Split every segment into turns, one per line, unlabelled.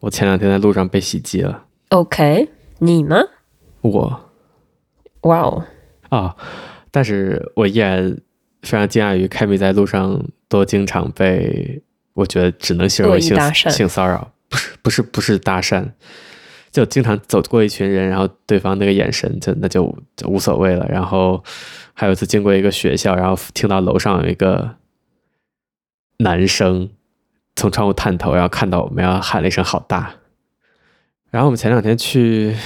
我前两天在路上被袭击了，
OK，你吗？
我
哇哦，
啊，但是我依然非常惊讶于凯米在路上都经常被，我觉得只能形容为
恶意
性
搭讪
性骚扰，不是不是不是搭讪，就经常走过一群人，然后对方那个眼神就那就就无所谓了。然后还有一次经过一个学校，然后听到楼上有一个男生从窗户探头，然后看到我们，然后喊了一声“好大”。然后我们前两天去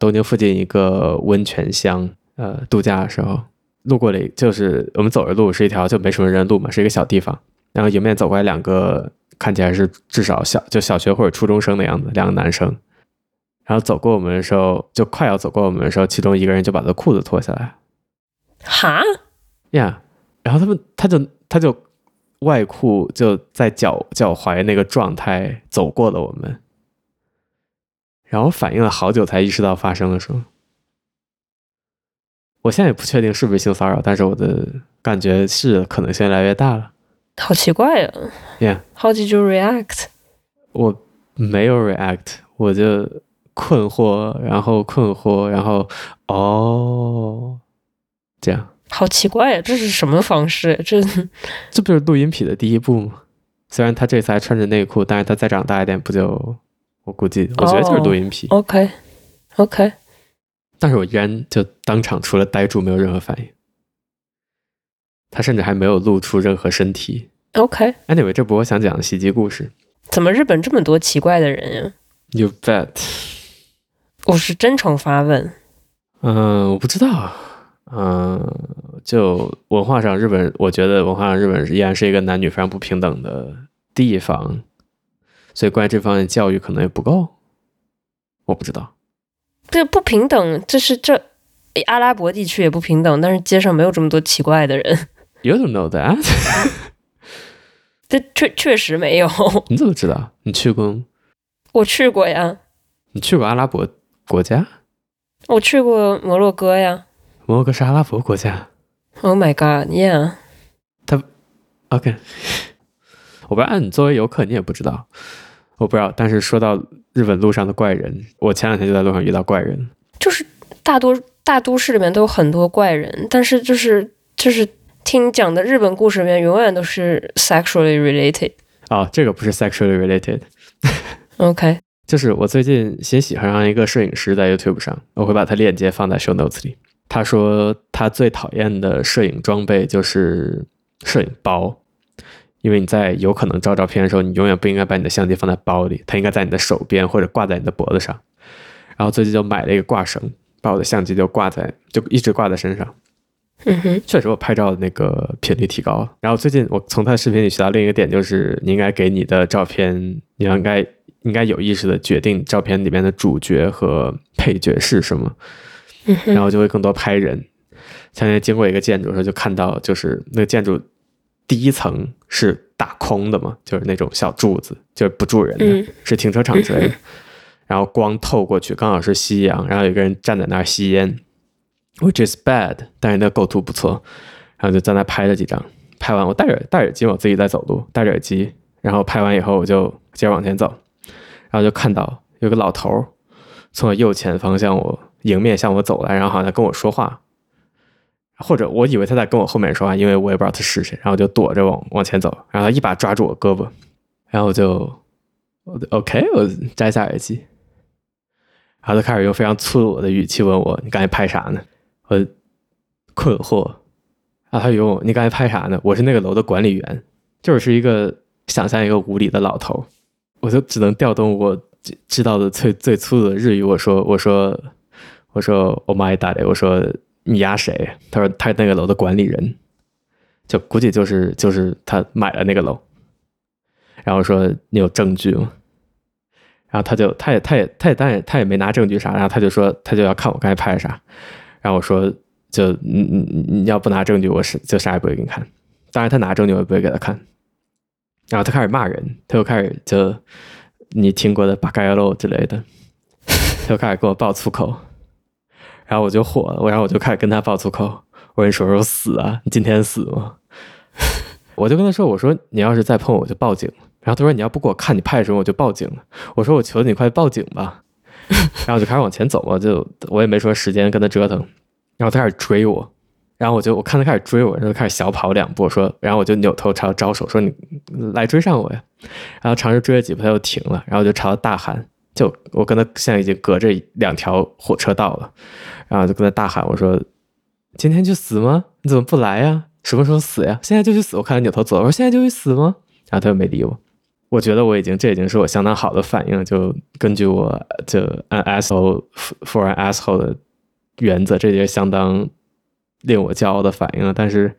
东京附近一个温泉乡，呃，度假的时候路过了一，就是我们走着路是一条就没什么人的路嘛，是一个小地方。然后迎面走过来两个看起来是至少小就小学或者初中生的样子，两个男生。然后走过我们的时候，就快要走过我们的时候，其中一个人就把他的裤子脱下来，
哈，
呀、然后他们他就他就外裤就在脚脚踝那个状态走过了我们，然后我反应了好久才意识到发生了什么。我现在也不确定是不是性骚扰，但是我的感觉是可能性越来越大了。
好奇怪啊
Yeah
！How did you react？
我没有 react，我就困惑，然后困惑，然后哦，这样，
好奇怪啊！这是什么方式？这
这不就是录音癖的第一步吗？虽然他这次还穿着内裤，但是他再长大一点，不就我估计，我觉得就是录音癖。
OK OK，
但是我依然就当场除了呆住，没有任何反应。他甚至还没有露出任何身体。
OK，
Anyway，这不是我想讲的袭击故事。
怎么日本这么多奇怪的人呀？
You bet。
我是真诚发问。
嗯，我不知道。嗯，就文化上，日本，我觉得文化上日本依然是一个男女非常不平等的地方，所以关于这方面教育可能也不够。我不知道，
这不平等，这是这诶阿拉伯地区也不平等，但是街上没有这么多奇怪的人，
You don't know that？
这确确实没有。
你怎么知道？你去过吗？
我去过呀，
你去过阿拉伯国家？
我去过摩洛哥呀。
摩洛哥是阿拉伯国家
Oh my god，yeah，
？OK，我不知道，你作为游客，你也不知道。我不知道，但是说到日本路上的怪人，我前两天就在路上遇到怪人。
就是大多大都市里面都有很多怪人，但是就是就是听讲的日本故事里面，永远都是 sexually related。
哦，这个不是 sexually related，
OK，
就是我最近新喜欢上一个摄影师，在 YouTube 上，我会把他链接放在 show notes 里。他说他最讨厌的摄影装备就是摄影包，因为你在有可能照照片的时候，你永远不应该把你的相机放在包里，它应该在你的手边或者挂在你的脖子上。然后最近就买了一个挂绳，把我的相机就挂在，就一直挂在身上。
嗯哼，
确实我拍照的那个频率提高了。然后最近我从他的视频里学到另一个点，就是你应该给你的照片，你应该应该有意识的决定照片里面的主角和配角是什么，
嗯
然
哼，
后就会更多拍人。前两天经过一个建筑的时候，就看到就是那个建筑第一层是打空的嘛，就是那种小柱子，就是不住人的。
嗯
是停车场之类的。然后光透过去，刚好是夕阳，然后有一个人站在那儿吸烟，which is bad，但是那构图不错，然后就在那拍了几张。拍完我戴着戴着耳机，我自己在走路，戴着耳机，然后拍完以后我就接着往前走，然后就看到有个老头儿从我右前方向我迎面向我走来，然后好像在跟我说话，或者我以为他在跟我后面说话，因为我也不知道他是谁，然后我就躲着往往前走，然后他一把抓住我胳膊，然后我就我的 OK，我摘下耳机，然后他开始用非常粗鲁的语气问我：“你刚才拍啥呢？”我困惑，然后他又问我：“你刚才拍啥呢？”我是那个楼的管理员，就是一个想象一个无理的老头，我就只能调动我知知道的最最粗鲁的日语，我说：“我说，我说，我妈也打的，我说你压谁？”啊他说：“他那个楼的管理人，就估计就是就是他买了那个楼。”然后说你有证据吗？然后他就他也他也他也当然他也没拿证据啥，然后他就说他就要看我刚才拍的啥，然后我说就你你你你要不拿证据，我是就啥也不会给你看。当然他拿证据我也不会给他看。然后他开始骂人，他又开始就你听过的“八嘎呀喽”之类的，他就开始跟我爆粗口，然后我就火了，我然后我就开始跟他爆粗口，我说你什么时候 死啊？你今天死吗？我就跟他说，我说你要是再碰我，我就报警。然后他说你要不给我看你拍什么，我就报警了。我说我求你快报警吧。然后我就开始往前走嘛，就我也没说时间跟他折腾。然后他开始追我，然后我就我看他开始追我，然后开始小跑两步，说，然后我就扭头朝他招手说你来追上我呀。然后尝试追了几步他又停了，然后我就朝他大喊，就我跟他现在已经隔着两条火车道了，然后就跟他大喊我说今天去死吗？你怎么不来呀？什么时候死呀？现在就去死！我看他扭头走了，我说现在就去死吗？然后他又没理我。我觉得我已经这已经是我相当好的反应了，就根据我就 an asshole for an asshole 的原则，这也相当令我骄傲的反应了。但是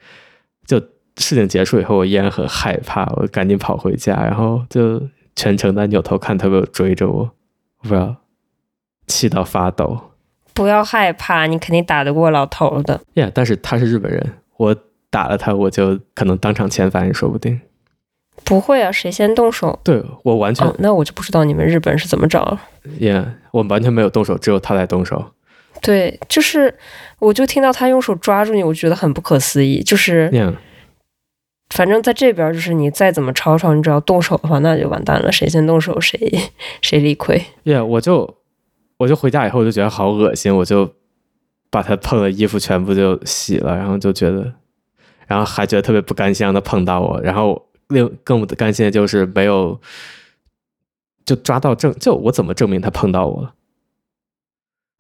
就事情结束以后，我依然很害怕，我赶紧跑回家，然后就全程在扭头看他们追着我，我不知道气到发抖。
不要害怕，你肯定打得过老头的。
Yeah，但是他是日本人，我打了他，我就可能当场遣返也说不定。
不会啊，谁先动手？
对我完全
哦，那我就不知道你们日本是怎么着了。
，Yeah，我完全没有动手，只有他在动手。
对，就是我就听到他用手抓住你，我觉得很不可思议。就是
，Yeah，
反正在这边，就是你再怎么吵吵，你只要动手的话，那就完蛋了，谁先动手谁 谁理亏。
yeah，我就我就回家以后我就觉得好恶心，我就把他碰的衣服全部就洗了，然后就觉得，然后还觉得特别不甘心让他碰到我，然后另更不甘心的就是没有就抓到证，就我怎么证明他碰到我了？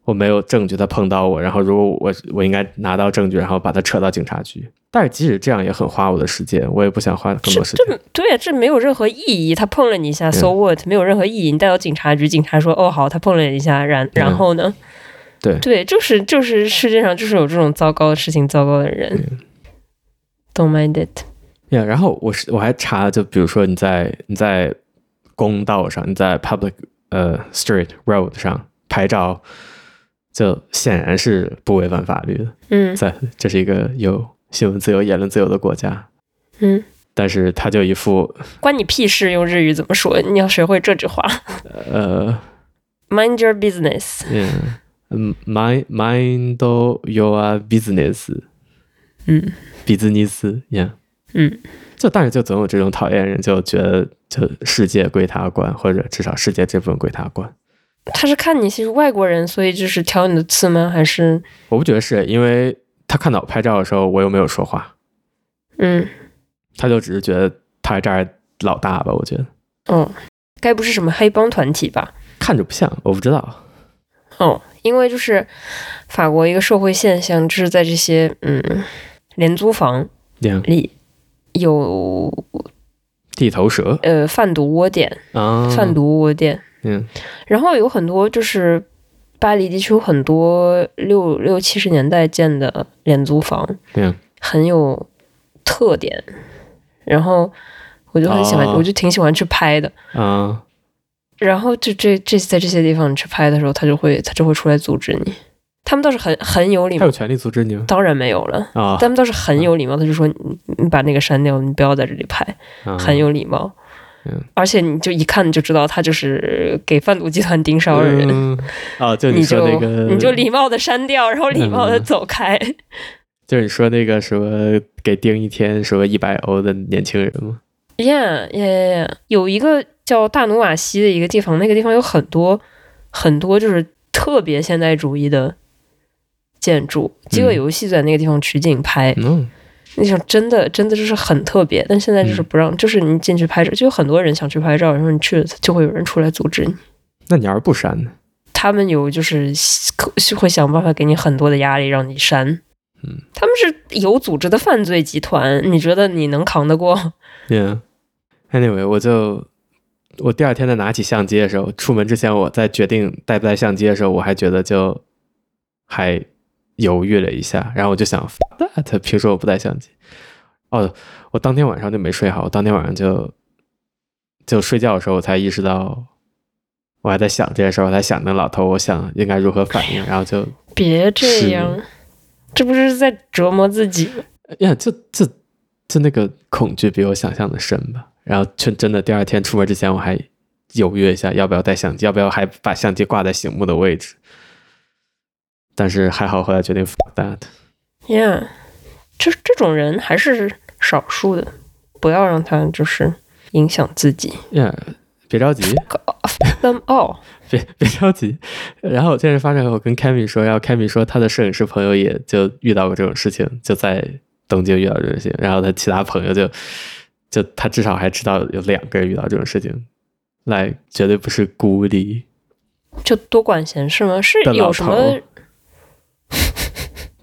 我没有证据他碰到我，然后如果我我应该拿到证据，然后把他扯到警察局。但是即使这样也很花我的时间，我也不想花更
这
多时间。
这对啊，这没有任何意义。他碰了你一下、
嗯
s o what？没有任何意义。你带到警察局，警察说：“哦，好，他碰了你一下，然然后呢？”
对
对，就是就是世界上就是有这种糟糕的事情，糟糕的人。Don't mind it。
呀，然后我是我还查，就比如说你在你在公道上，你在 public 呃 street road 上拍照，就显然是不违反法律的，
嗯
在这是一个有新闻自由、言论自由的国家，
嗯，
但是他就一副
关你屁事！用日语怎么说？你要学会这句话。
呃
Mind your business。
嗯嗯 mind mind your business
嗯
比兹尼斯呀，
嗯，
就但是就总有这种讨厌人，就觉得就世界归他管，或者至少世界这部分归他管。
他是看你是外国人，所以就是挑你的刺吗？还是
我不觉得是因为他看到我拍照的时候，我又没有说话，
嗯
他就只是觉得他这儿老大吧，我觉得
哦，该不是什么黑帮团体吧？
看着不像，我不知道。
哦，因为就是法国一个社会现象，就是在这些嗯廉租房
两
里有
地头蛇
呃贩毒窝点、
啊，
贩毒窝点，
嗯
然后有很多就是巴黎地区有很多六六七十年代建的廉租房，
嗯，
很有特点，然后我就很喜欢，
哦
我就挺喜欢去拍的。
啊，
然后就这这在这些地方去拍的时候，他就会他就会出来阻止你。他们倒是很很有礼
他
貌
有，权利阻止你吗？
当然没有了。
啊，嗯
他们倒是很有礼貌，他就说你你把那个删掉，你不要在这里拍，
啊
很有礼貌
嗯。
而且你就一看就知道他就是给贩毒集团盯梢的人，
嗯啊，就
你
你说
就
那个，嗯
你就礼貌的删掉，然后礼貌的走开。
就是你说那个什么给盯一天什么一百欧的年轻人吗？
yeah, yeah, yeah, yeah. 有一个叫大努瓦西的一个地方，那个地方有很多很多就是特别现代主义的建筑，《饥饿
嗯
游戏》在那个地方取景拍，
嗯，
那想真的真的就是很特别，但现在就是不让，就是你进去拍照，就有很多人想去拍照，然后你去了就会有人出来阻止你。
那你要是不删呢？
他们有就是可会想办法给你很多的压力让你删，
嗯，
他们是有组织的犯罪集团，你觉得你能扛 得过？
Yeah. Anyway，我就我第二天再拿起相机的时候，出门之前我在决定带不带相机的时候，我还觉得就还犹豫了一下，然后我就想 f that，平时我不带相机。哦，我当天晚上就没睡好，我当天晚上就就睡觉的时候，我才意识到，我还在想这件事儿，我才想那老头，我想应该如何反应，然后就
别这样，这不是在折磨自己吗？
呀，就就就那个恐惧比我想象的深吧。然后真真的第二天出门之前，我还犹豫一下要不要带相机，要不要还把相机挂在醒目的位置。但是还好，后来决定 fuck that。
Yeah，这这种人还是少数的，不要让他就是影响自己。哦
Yeah，别着急，
Them all，
别别着急。然后这件事发生后，我跟 Cammy 说，然后 Cammy 说他的摄影师朋友也就遇到过这种事情，就在东京遇到这种事情。然后他其他朋友就就他至少还知道有两个人遇到这种事情，来绝对不是孤立
就多管闲事吗？是
的老
有什
头
么
儿？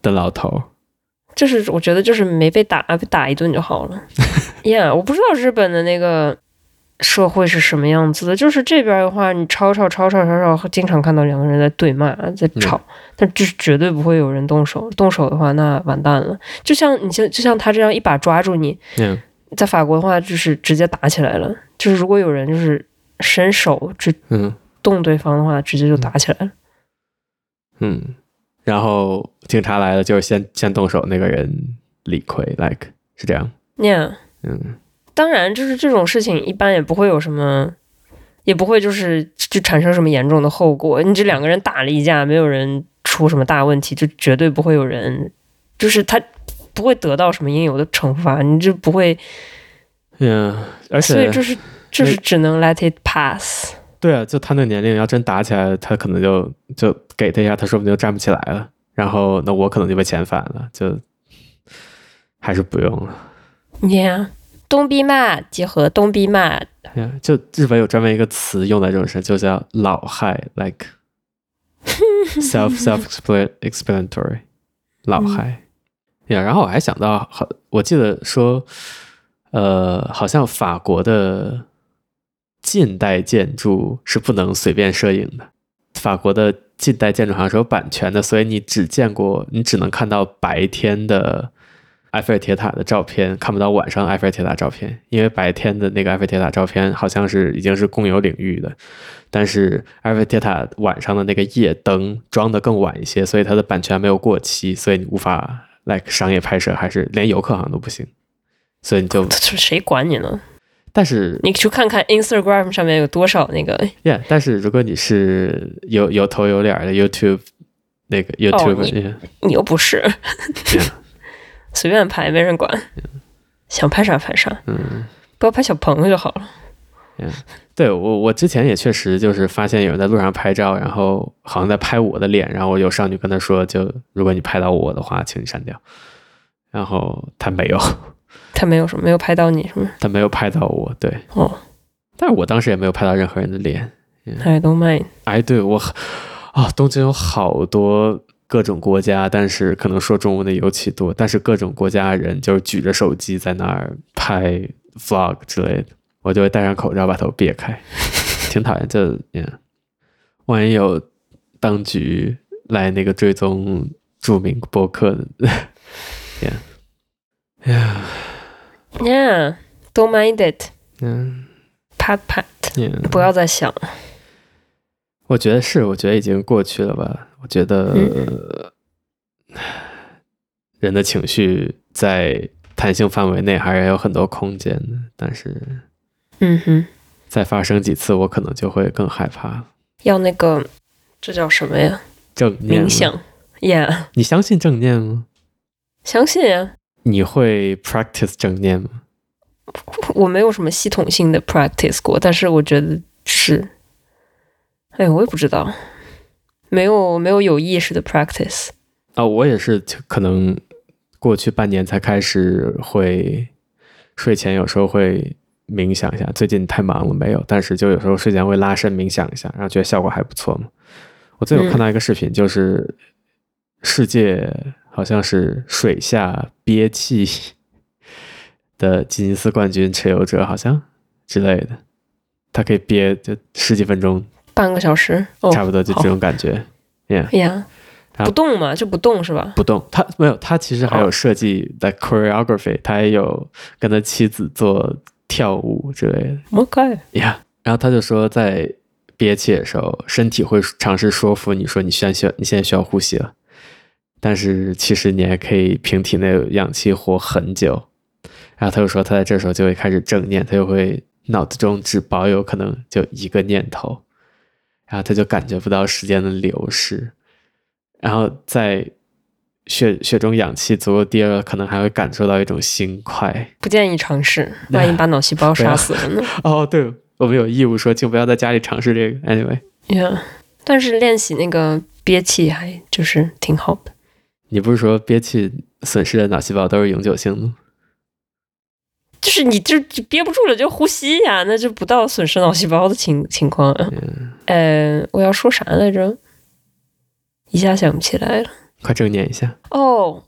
的老头儿。
就是我觉得就是没被打，啊被打一顿就好了。yeah，我不知道日本的那个社会是什么样子的。就是这边的话，你吵吵吵吵吵吵，经常看到两个人在对骂，在吵，但就是绝对不会有人动手。动手的话，那完蛋了。就像你像就像他这样一把抓住你，
嗯，
在法国的话就是直接打起来了。就是如果有人就是伸手去
嗯
动对方的话，直接就打起来了。
嗯，然后警察来了，就是先先动手那个人理亏，like 是这样。
yeah。
嗯
当然，就是这种事情一般也不会有什么，也不会就是就产生什么严重的后果。你这两个人打了一架，没有人出什么大问题，就绝对不会有人，就是他不会得到什么应有的惩罚，你这不会，
嗯，而且
所以就是就是
那
只能 let it pass。
对啊，就他那年龄，要真打起来，他可能就就给他一下，他说不定就站不起来了。然后那我可能就被遣返了，就还是不用了。
Yeah, don't be mad，结合 don't be mad。
哎呀就日本有专门一个词用在这种事，就叫老害，like self self expla- explanatory，老害。呀、然后我还想到，好，我记得说，呃，好像法国的近代建筑是不能随便摄影的。法国的近代建筑好像是有版权的，所以你只见过，你只能看到白天的埃菲尔铁塔的照片，看不到晚上埃菲尔铁塔照片，因为白天的那个埃菲尔铁塔照片好像是已经是公有领域的，但是埃菲尔铁塔晚上的那个夜灯装的更晚一些，所以它的版权没有过期，所以你无法 like 商业拍摄，还是连游客好像都不行，所以你就
这 谁管你呢？
但是
你去看看 Instagram 上面有多少那个
Yeah，但是如果你是有有头有脸儿的 YouTube 那个 YouTube，、
你你又不是， 随便拍没人管，想拍啥拍啥，
嗯，
不要拍小朋友就好了。
对我我之前也确实就是发现有人在路上拍照，然后好像在拍我的脸，然后我有上去跟他说，就如果你拍到我的话，请你删掉。然后他没有，
他没有什么，没有拍到你什么
他没有拍到我，对，
哦
但是我当时也没有拍到任何人的脸。
，I don't mind。
哎，对我啊，东京有好多各种国家，但是可能说中文的尤其多，但是各种国家的人就是举着手机在那儿拍 vlog 之类的，我就会戴上口罩把头别开，挺讨厌。就嗯，万一有当局来那个追踪著名播客的，
Yeah，don't mind it。
嗯
pat pat，
嗯，
不要再想。
我觉得是，我觉得已经过去了吧。我觉得、
嗯
人的情绪在弹性范围内还是有很多空间的，但是
嗯哼，
再发生几次，我可能就会更害怕了。
要那个，这叫什么呀？
正念吗
冥，想。Yeah，
你相信正念吗？
相信啊，
你会 practice 正念吗？
我没有什么系统性的 practice 过，但是我觉得是，哎，我也不知道，没有没有有意识的 practice。
啊、我也是，就可能过去半年才开始会睡前有时候会冥想一下，最近太忙了没有，但是就有时候睡前会拉伸冥想一下，然后觉得效果还不错嘛。我最近有看到一个视频，就是世界好像是水下憋气 的吉尼斯冠军持有者，好像之类的，他可以憋就十几分钟，
半个小时哦
差不多就这种感觉。Yeah，
呀，
然后
不动嘛，就不动是吧？
不动，他没有，他其实还有
哦
设计的 choreography，他也有跟他妻子做跳舞之类的
魔改
呀。然后他就说，在憋气的时候，身体会尝试说服你说你现在需要你现在需要呼吸了，但是其实你还可以凭体内氧气活很久。然后他就说，他在这时候就会开始正念，他就会脑子中只保有可能就一个念头，然后他就感觉不到时间的流逝。然后在血血中氧气足够低了，可能还会感受到一种心快。
不建议尝试，万一把脑细胞杀死了 呢？
哦，对，我们有义务说，请不要在家里尝试这个。Anyway，
yeah. 但是练习那个憋气还就是挺好的。
你不是说憋气损失的脑细胞都是永久性的吗？
就是你就就憋不住了就呼吸呀、那就不到损失脑细胞的情情况啊。呃，我要说啥来着？一下想不起来了。
快正念一下。
哦，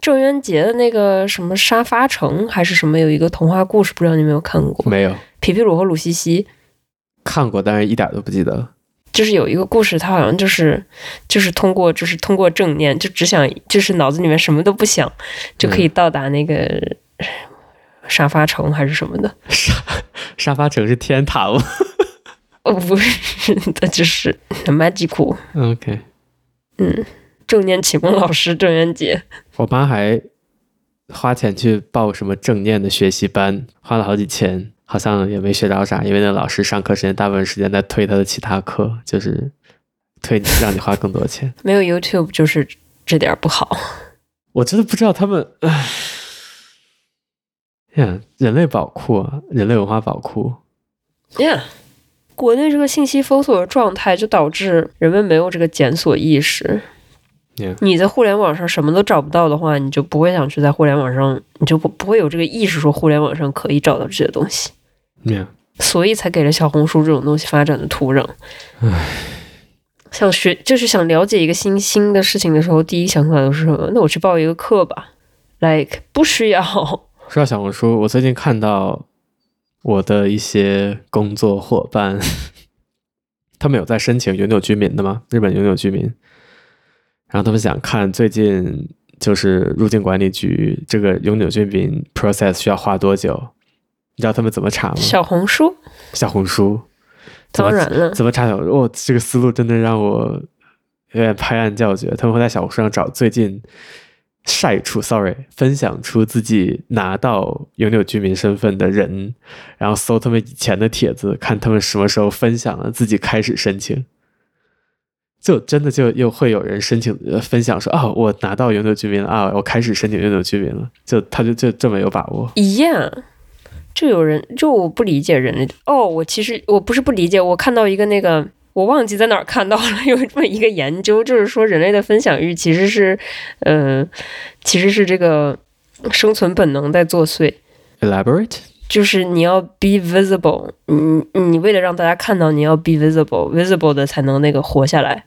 郑渊洁的那个什么沙发城还是什么，有一个童话故事，不知道你有没有看过？
没有
皮皮鲁和鲁西西。
看过，但是一点都不记得了。
就是有一个故事，他好像就是就是通过就是通过正念，就只想就是脑子里面什么都不想，就可以到达那个沙发城还是什么的。
沙发城是天堂吗
哦，不是的，就是 magical。
？OK，
嗯，正念启蒙老师郑渊洁，
我妈还花钱去报什么正念的学习班，花了好几千，好像也没学着啥，因为那老师上课时间大部分时间在推他的其他课，就是推你让你花更多钱。
没有 YouTube 就是这点儿不好。
我真的不知道他们，唉，呀，人类宝库啊，人类文化宝库，
Yeah，国内这个信息封锁的状态，就导致人们没有这个检索意识。
Yeah
你在互联网上什么都找不到的话，你就不会想去在互联网上，你就不不会有这个意识说互联网上可以找到这些东西，
呀，
所以才给了小红书这种东西发展的土壤。想学就是想了解一个新新的事情的时候，第一想法都是什么？那我去报一个课吧，like 不需要。
说到小红书，我最近看到我的一些工作伙伴， 他们有在申请永久居民的吗？日本永久居民，然后他们想看最近就是入境管理局这个永久居民 process 需要花多久？你知道他们怎么查吗？
小红书
小红书怎么
当然了，
怎么查小红书？哦，这个思路真的让我有点拍案叫绝。他们会在小红书上找最近晒出，sorry，分享出自己拿到永久居民身份的人，然后搜他们以前的帖子，看他们什么时候分享了自己开始申请。就真的就又会有人申请、呃、分享说啊、我拿到永久居民了啊，我开始申请永久居民了，就他就就这么有把握。
一样。就有人，就我不理解人类哦，我其实我不是不理解，我看到一个那个，我忘记在哪儿看到了有这么一个研究，就是说人类的分享欲其实是，呃，其实是这个生存本能在作祟，
Elaborate，
就是你要 be visible，你你为了让大家看到，你要 be visible，visible 的才能那个活下来。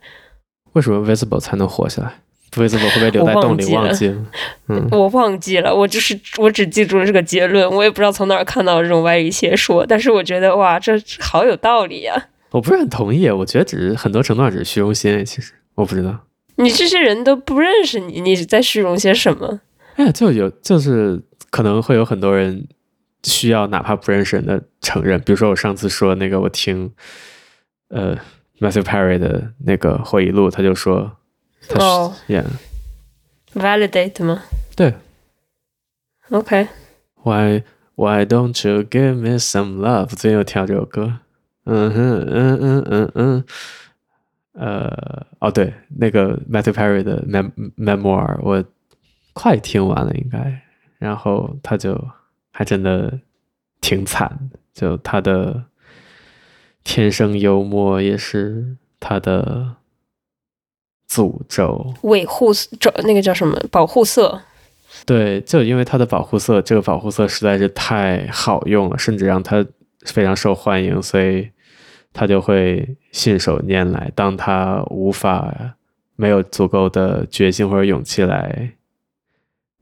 为什么 visible 才能活下来？visible 会不会留在
我忘
洞里
记了
忘记了？ 嗯，
我忘记了，我就是我只记住了这个结论，我也不知道从哪儿看到这种歪理邪说，但是我觉得哇，这这好有道理呀、
我不是很同意，我觉得只是很多程度上只是虚荣心，其实我不知道。
你这些人都不认识你，你在虚荣些什么？
哎，就有就是可能会有很多人需要哪怕不认识人的承认，比如说我上次说那个，我听呃 Matthew Perry 的那个回忆录，他就说他是、
哦
yeah
，validate 吗？
对
，OK，
Why Why don't you give me some love？最近又听到这首歌，嗯哼，嗯嗯嗯嗯，呃，哦对，那个 Matthew Perry 的 mem memoir 我快听完了应该，然后他就还真的挺惨的，就他的天生幽默也是他的诅咒，
维护找那个叫什么保护色，
对，就因为它的保护色，这个保护色实在是太好用了，甚至让它非常受欢迎，所以它就会信手拈来。当它无法没有足够的决心或者勇气来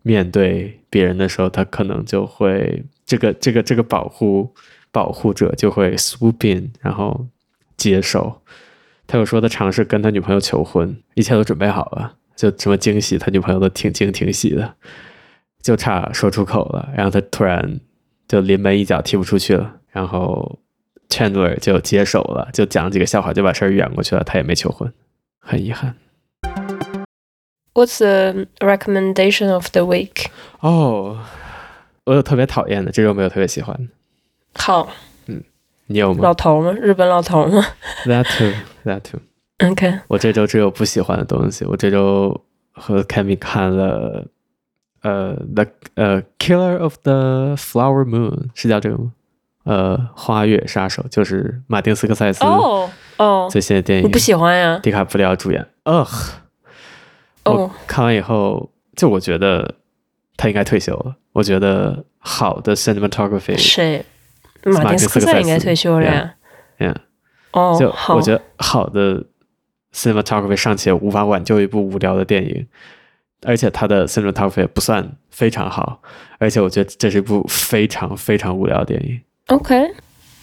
面对别人的时候，它可能就会这个 这个这个保护保护者就会 swoop in，然后接手。他又说他尝试跟他女朋友求婚，一切都准备好了，就什么惊喜，他女朋友都挺惊挺喜的。就差说出口了，然后他突然就临门一脚踢不出去了，然后 Chandler 就接手了，就讲几个笑话就把事儿圆过去了，他也没求婚，很遗憾。
What's the recommendation of the week？
哦，我有特别讨厌的，这周没有特别喜欢的，
好，
你有 吗
老头儿吗？日本老头儿吗
？That too, that too。
？OK，
我这周只有不喜欢的东西，我这周和 Kevin 看了呃 The 呃 Killer of the Flower Moon 是叫这个吗？呃，花月杀手就是马丁斯科塞斯
哦哦，
最新的电
你
影，
不喜欢呀？
迪卡普里奥主演。呃，我
哦，
看完以后，就我觉得他应该退休了。我觉得好的 cinematography，
谁？马丁斯科塞应该退休了呀。
嗯，
哦，
就
好，
我觉得好的 cinematography 尚且无法挽救一部无聊的电影，而且它的 cinematography 也不算非常好，而且我觉得这是一部非常非常无聊的电影。
OK。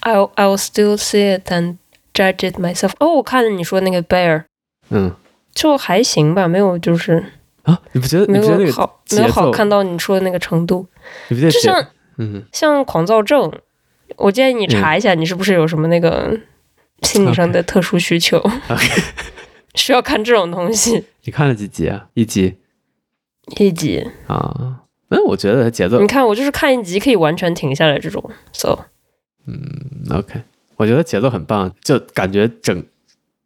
I'll I'll still see it and judge it myself。哦，我看了你说那个 Bear，
嗯
就还行吧，没有就是
啊，你不觉得你
没
不觉得那
有
个
好没有
节
好
奏
看到你说的那个程度，
你不觉得
就
节
像
嗯
像狂躁症，我建议你查一下你是不是有什么那个心理上的特殊 需求需要看这种东西。
你看了几集啊？一集
一集，
啊？那我觉得它节奏
你看我就是看一集可以完全停下来这种，so
嗯 OK，我觉得节奏很棒，就感觉整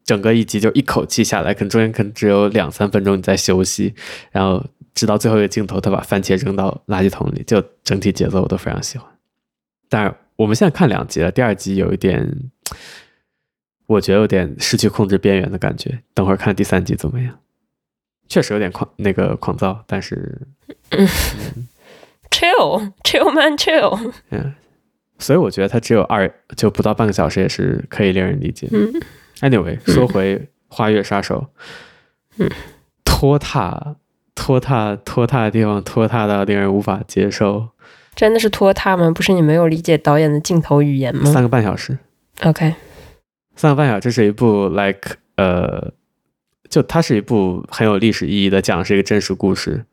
整个一集就一口气下来，可能中间可能只有两三分钟你在休息，然后直到最后一个镜头，他把番茄扔到垃圾桶里，就整体节奏我都非常喜欢。但是我们现在看两集了，第二集有一点，我觉得有点失去控制边缘的感觉。等会儿看第三集怎么样？确实有点狂那个狂躁，但是
嗯 chill chill man chill，
嗯，所以我觉得它只有二就不到半个小时也是可以令人理解。
嗯
Anyway，说回《花月杀手》，
嗯，
拖沓、拖沓、拖沓的地方，拖沓到令人无法接受。
真的是拖沓吗？不是你没有理解导演的镜头语言吗
三个半小时，
？OK，
三个半小时，这是一部 like 呃，就它是一部很有历史意义的，讲的是一个真实故事。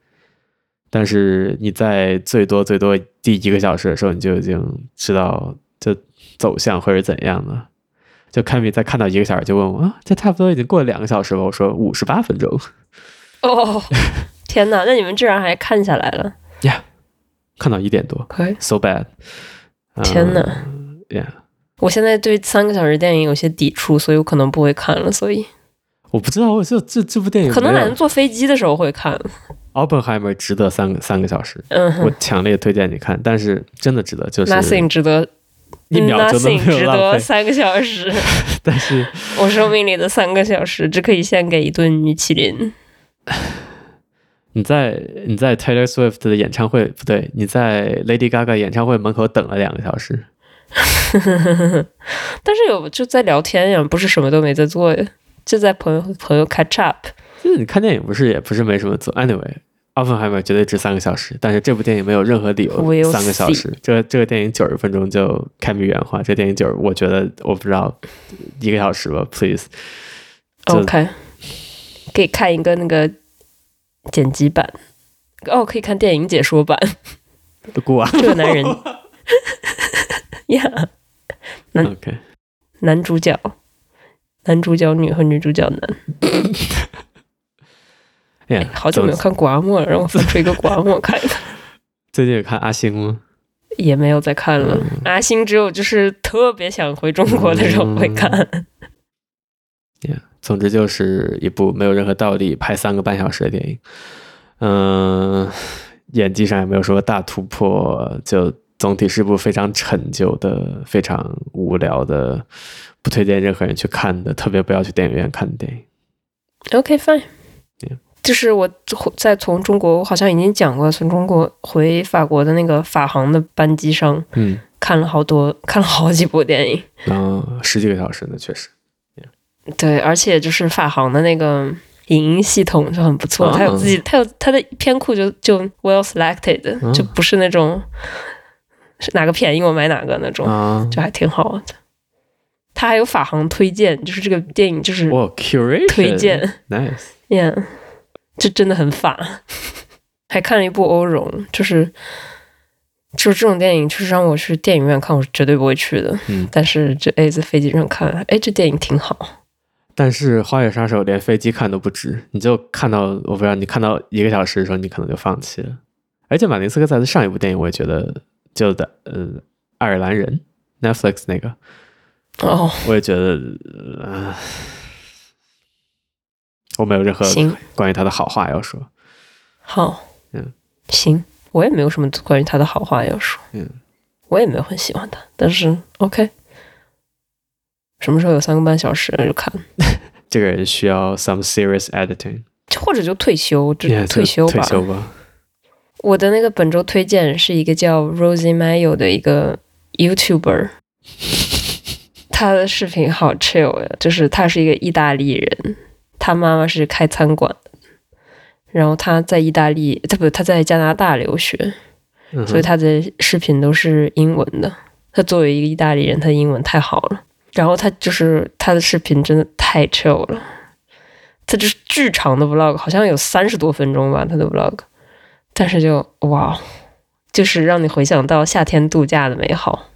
但是你在最多最多第一个小时的时候，你就已经知道这走向会是怎样的。就凯米在看到一个小时就问我啊，这差不多已经过了两个小时了。我说五十八分钟。
哦、天哪，那你们居然还看下来了
看到一点多
？OK，
，so bad。呃
天哪！
！Yeah，
我现在对三个小时电影有些抵触，所以我可能不会看了，所以
我不知道，我就这这部电影
可能
没有
懒得坐飞机的时候会看。
Oppenheimer 值得三个三个小时，
嗯哼
我强烈推荐你看，但是真的值得，就是
Nothing 值得
一秒钟都没
Nothing 值
有
得
浪费。
三个 小时，
但是
我生命里的三个小时只可以献给一顿米其林。
你在你在 Taylor Swift 的演唱会不对，你在 Lady Gaga 演唱会门口等了两个小时，
但是有就在聊天呀，不是什么都没在做呀，就在朋友朋友 catch up。
就是你看电影不是也不是没什么做。Anyway。Oppenheimer 绝对值三个小时，但是这部电影没有任何理
We'll
由三个小时。这个这个电影九十分钟就开米原话，这电影九我觉得我不知道一个小时吧，please。就
OK，可以看一个那个剪辑版，哦，可以看电影解说版。
过啊
这个男人呀，嗯
OK，
男主角、男主角女和女主角男。
哎
哎
呀，
好久没有
总
看古阿莫了，让我翻出一个古阿莫看一看。
最近有看阿星吗？
也没有再看了。
嗯
阿星只有就是特别想回中国的时候会看。
总之就是一部没有任何道理拍三个半小时的电影，嗯、演技上也没有什么大突破，就总体是部非常陈旧的、非常无聊的，不推荐任何人去看的，特别不要去电影院看的电影。
OK fine，、
Yeah
就是我在从中国，我好像已经讲过，从中国回法国的那个法航的班机上
嗯，
看了好多，看了好几部电影。
然后嗯十几个小时呢，确实，
对，而且就是法航的那个。影音系统就很不错，
嗯
它有自己，它有它的片库就就 well selected，、
嗯
就不是那种是哪个便宜我买哪个那种。
啊，
就还挺好的。他还有法航推荐，就是这个电影就是
哇，curation
推荐
，nice，
，yeah，这真的很法。 还看了一部《欧容》，就是就是这种电影，就是让我去电影院看，我是绝对不会去的。
嗯
但是这哎在飞机上看，哎这电影挺好。
但是《花月杀手》连飞机看都不值，你就看到我不知道你看到一个小时的时候，你可能就放弃了。而且马丁斯科塞斯上一部电影，我也觉得就的呃爱尔兰人 Netflix 那个，
哦，
我也觉得呃我没有任何
行
关于他的好话要说。
好，
嗯，
行，我也没有什么关于他的好话要说，
嗯，
我也没有很喜欢他，但是 OK，什么时候有三个半小时就看，
这个人需要 some serious editing，
或者就退休，就
Yeah，
退休吧。
退休 吧。
我的那个本周推荐是一个叫 Rosie Mayo 的一个 YouTuber，他的视频好 chill 呀，就是他是一个意大利人，他妈妈是开餐馆的，然后他在意大利，他不，他在加拿大留学，
嗯
所以
哼，
他的视频都是英文的。他作为一个意大利人，他的英文太好了。然后他就是他的视频真的太 chill 了，他就是巨长的 vlog，好像有三十多分钟吧，他的 vlog。但是就哇，哦就是让你回想到夏天度假的美好。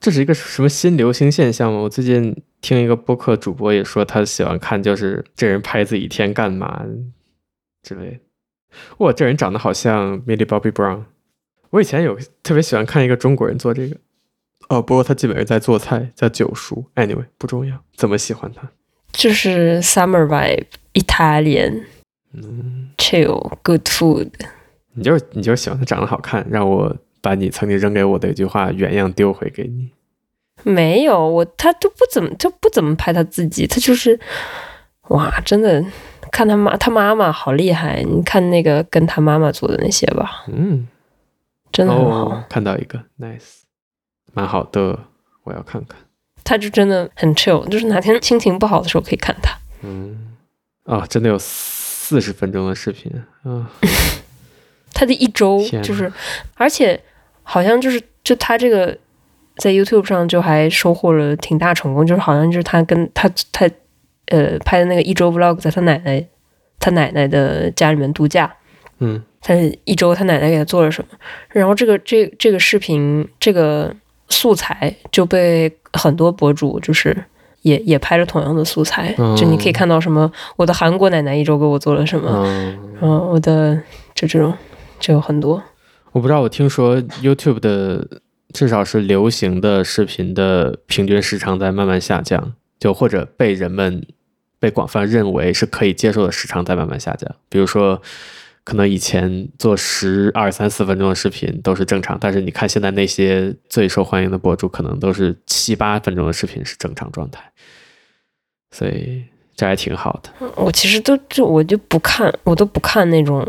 这是一个什么新流行现象吗？我最近听一个播客主播也说，他喜欢看就是这人拍自己一天干嘛之类的。哇，这人长得好像 Millie Bobby Brown。我以前有特别喜欢看一个中国人做这个，哦，不过他基本是在做菜，叫九叔。Anyway，不重要，怎么喜欢他？
就是 summer vibe, Italian
嗯，
chill, good food。
你就是你就是喜欢他长得好看，让我把你曾经扔给我的一句话原样丢回给你。
没有我，他就不怎么就不怎么拍他自己，他就是哇，真的看他妈他妈妈好厉害，你看那个跟他妈妈做的那些吧，
嗯，
真的很好，
哦，看到一个，nice，蛮好的，我要看看。
他就真的很 chill，就是哪天心情不好的时候可以看他。
嗯，啊，真的有四十分钟的视频啊！
他的一周
天哪
就是，而且好像就是就他这个在 YouTube 上就还收获了挺大成功，就是好像就是他跟他他呃拍的那个一周 Vlog 在他奶奶他奶奶的家里面度假，
嗯，
他一周他奶奶给他做了什么，然后这个这这个视频这个素材就被很多博主就是也也拍了同样的素材，
嗯
就你可以看到什么我的韩国奶奶一周给我做了什么，
嗯，
嗯，我的就这种就有很多，
我不知道，我听说 YouTube 的至少是流行的视频的平均时长在慢慢下降，就或者被人们被广泛认为是可以接受的时长在慢慢下降。比如说，可能以前做十二三四分钟的视频都是正常，但是你看现在那些最受欢迎的博主，可能都是七八分钟的视频是正常状态，所以这还挺好的。
我其实都就我就不看，我都不看那种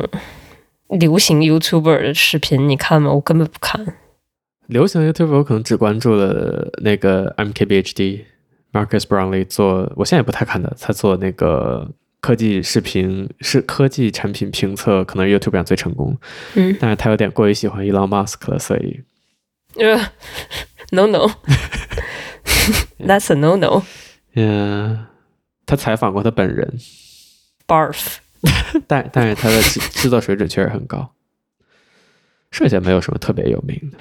流行 YouTuber 的视频，你看吗？我根本不看。
流行 YouTube 我可能只关注了那个 MKBHD Marcus Brownlee 做，我现在也不太看的，他做那个科技视频是科技产品评测，可能是 YouTube 上最成功，
嗯，
但是他有点过于喜欢 Elon Musk 了，所以
呃 ，no no，that's a no no。
嗯、他采访过他本人，
barf。
但但是他的制制作水准确实很高，剩下没有什么特别有名的。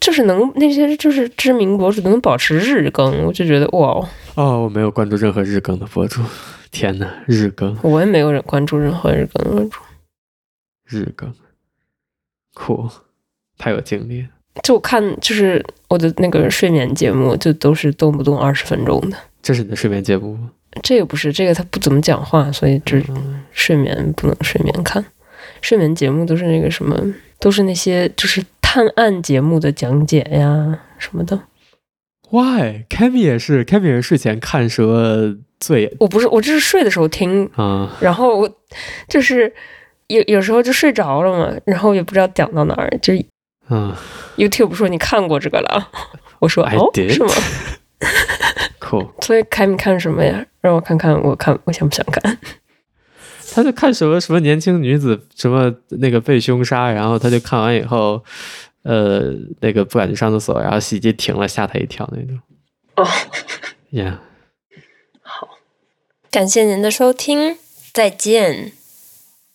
就是能那些就是知名博主能保持日更，我就觉得哇，
哦，我没有关注任何日更的博主，天呐，日更
我也没有人关注任何日更的博主，
日更，酷，太有精力了。
就我看就是我的那个睡眠节目，就都是动不动二十分钟的。
这是你的睡眠节目吗？
这个不是这个，他不怎么讲话，所以就是
嗯
睡眠不能睡眠看。睡眠节目都是那个什么，都是那些就是探案节目的讲解呀什么的。
Why? Kami 也是，Kami 也是睡前看蛇最
我不是，我就是睡的时候听
啊，
然后我就是有有时候就睡着了嘛，然后也不知道讲到哪儿，就
嗯
YouTube 说你看过这个了， 我说
I
哦
did
是吗？
，cool。
所以凯米看什么呀？让我看看，我看我想不想看？
他就看什么什么年轻女子什么那个被凶杀，然后他就看完以后，呃，那个不敢去上厕所，然后洗衣机停了，吓他一跳那种。
哦，
Yeah，
感谢您的收听，再见。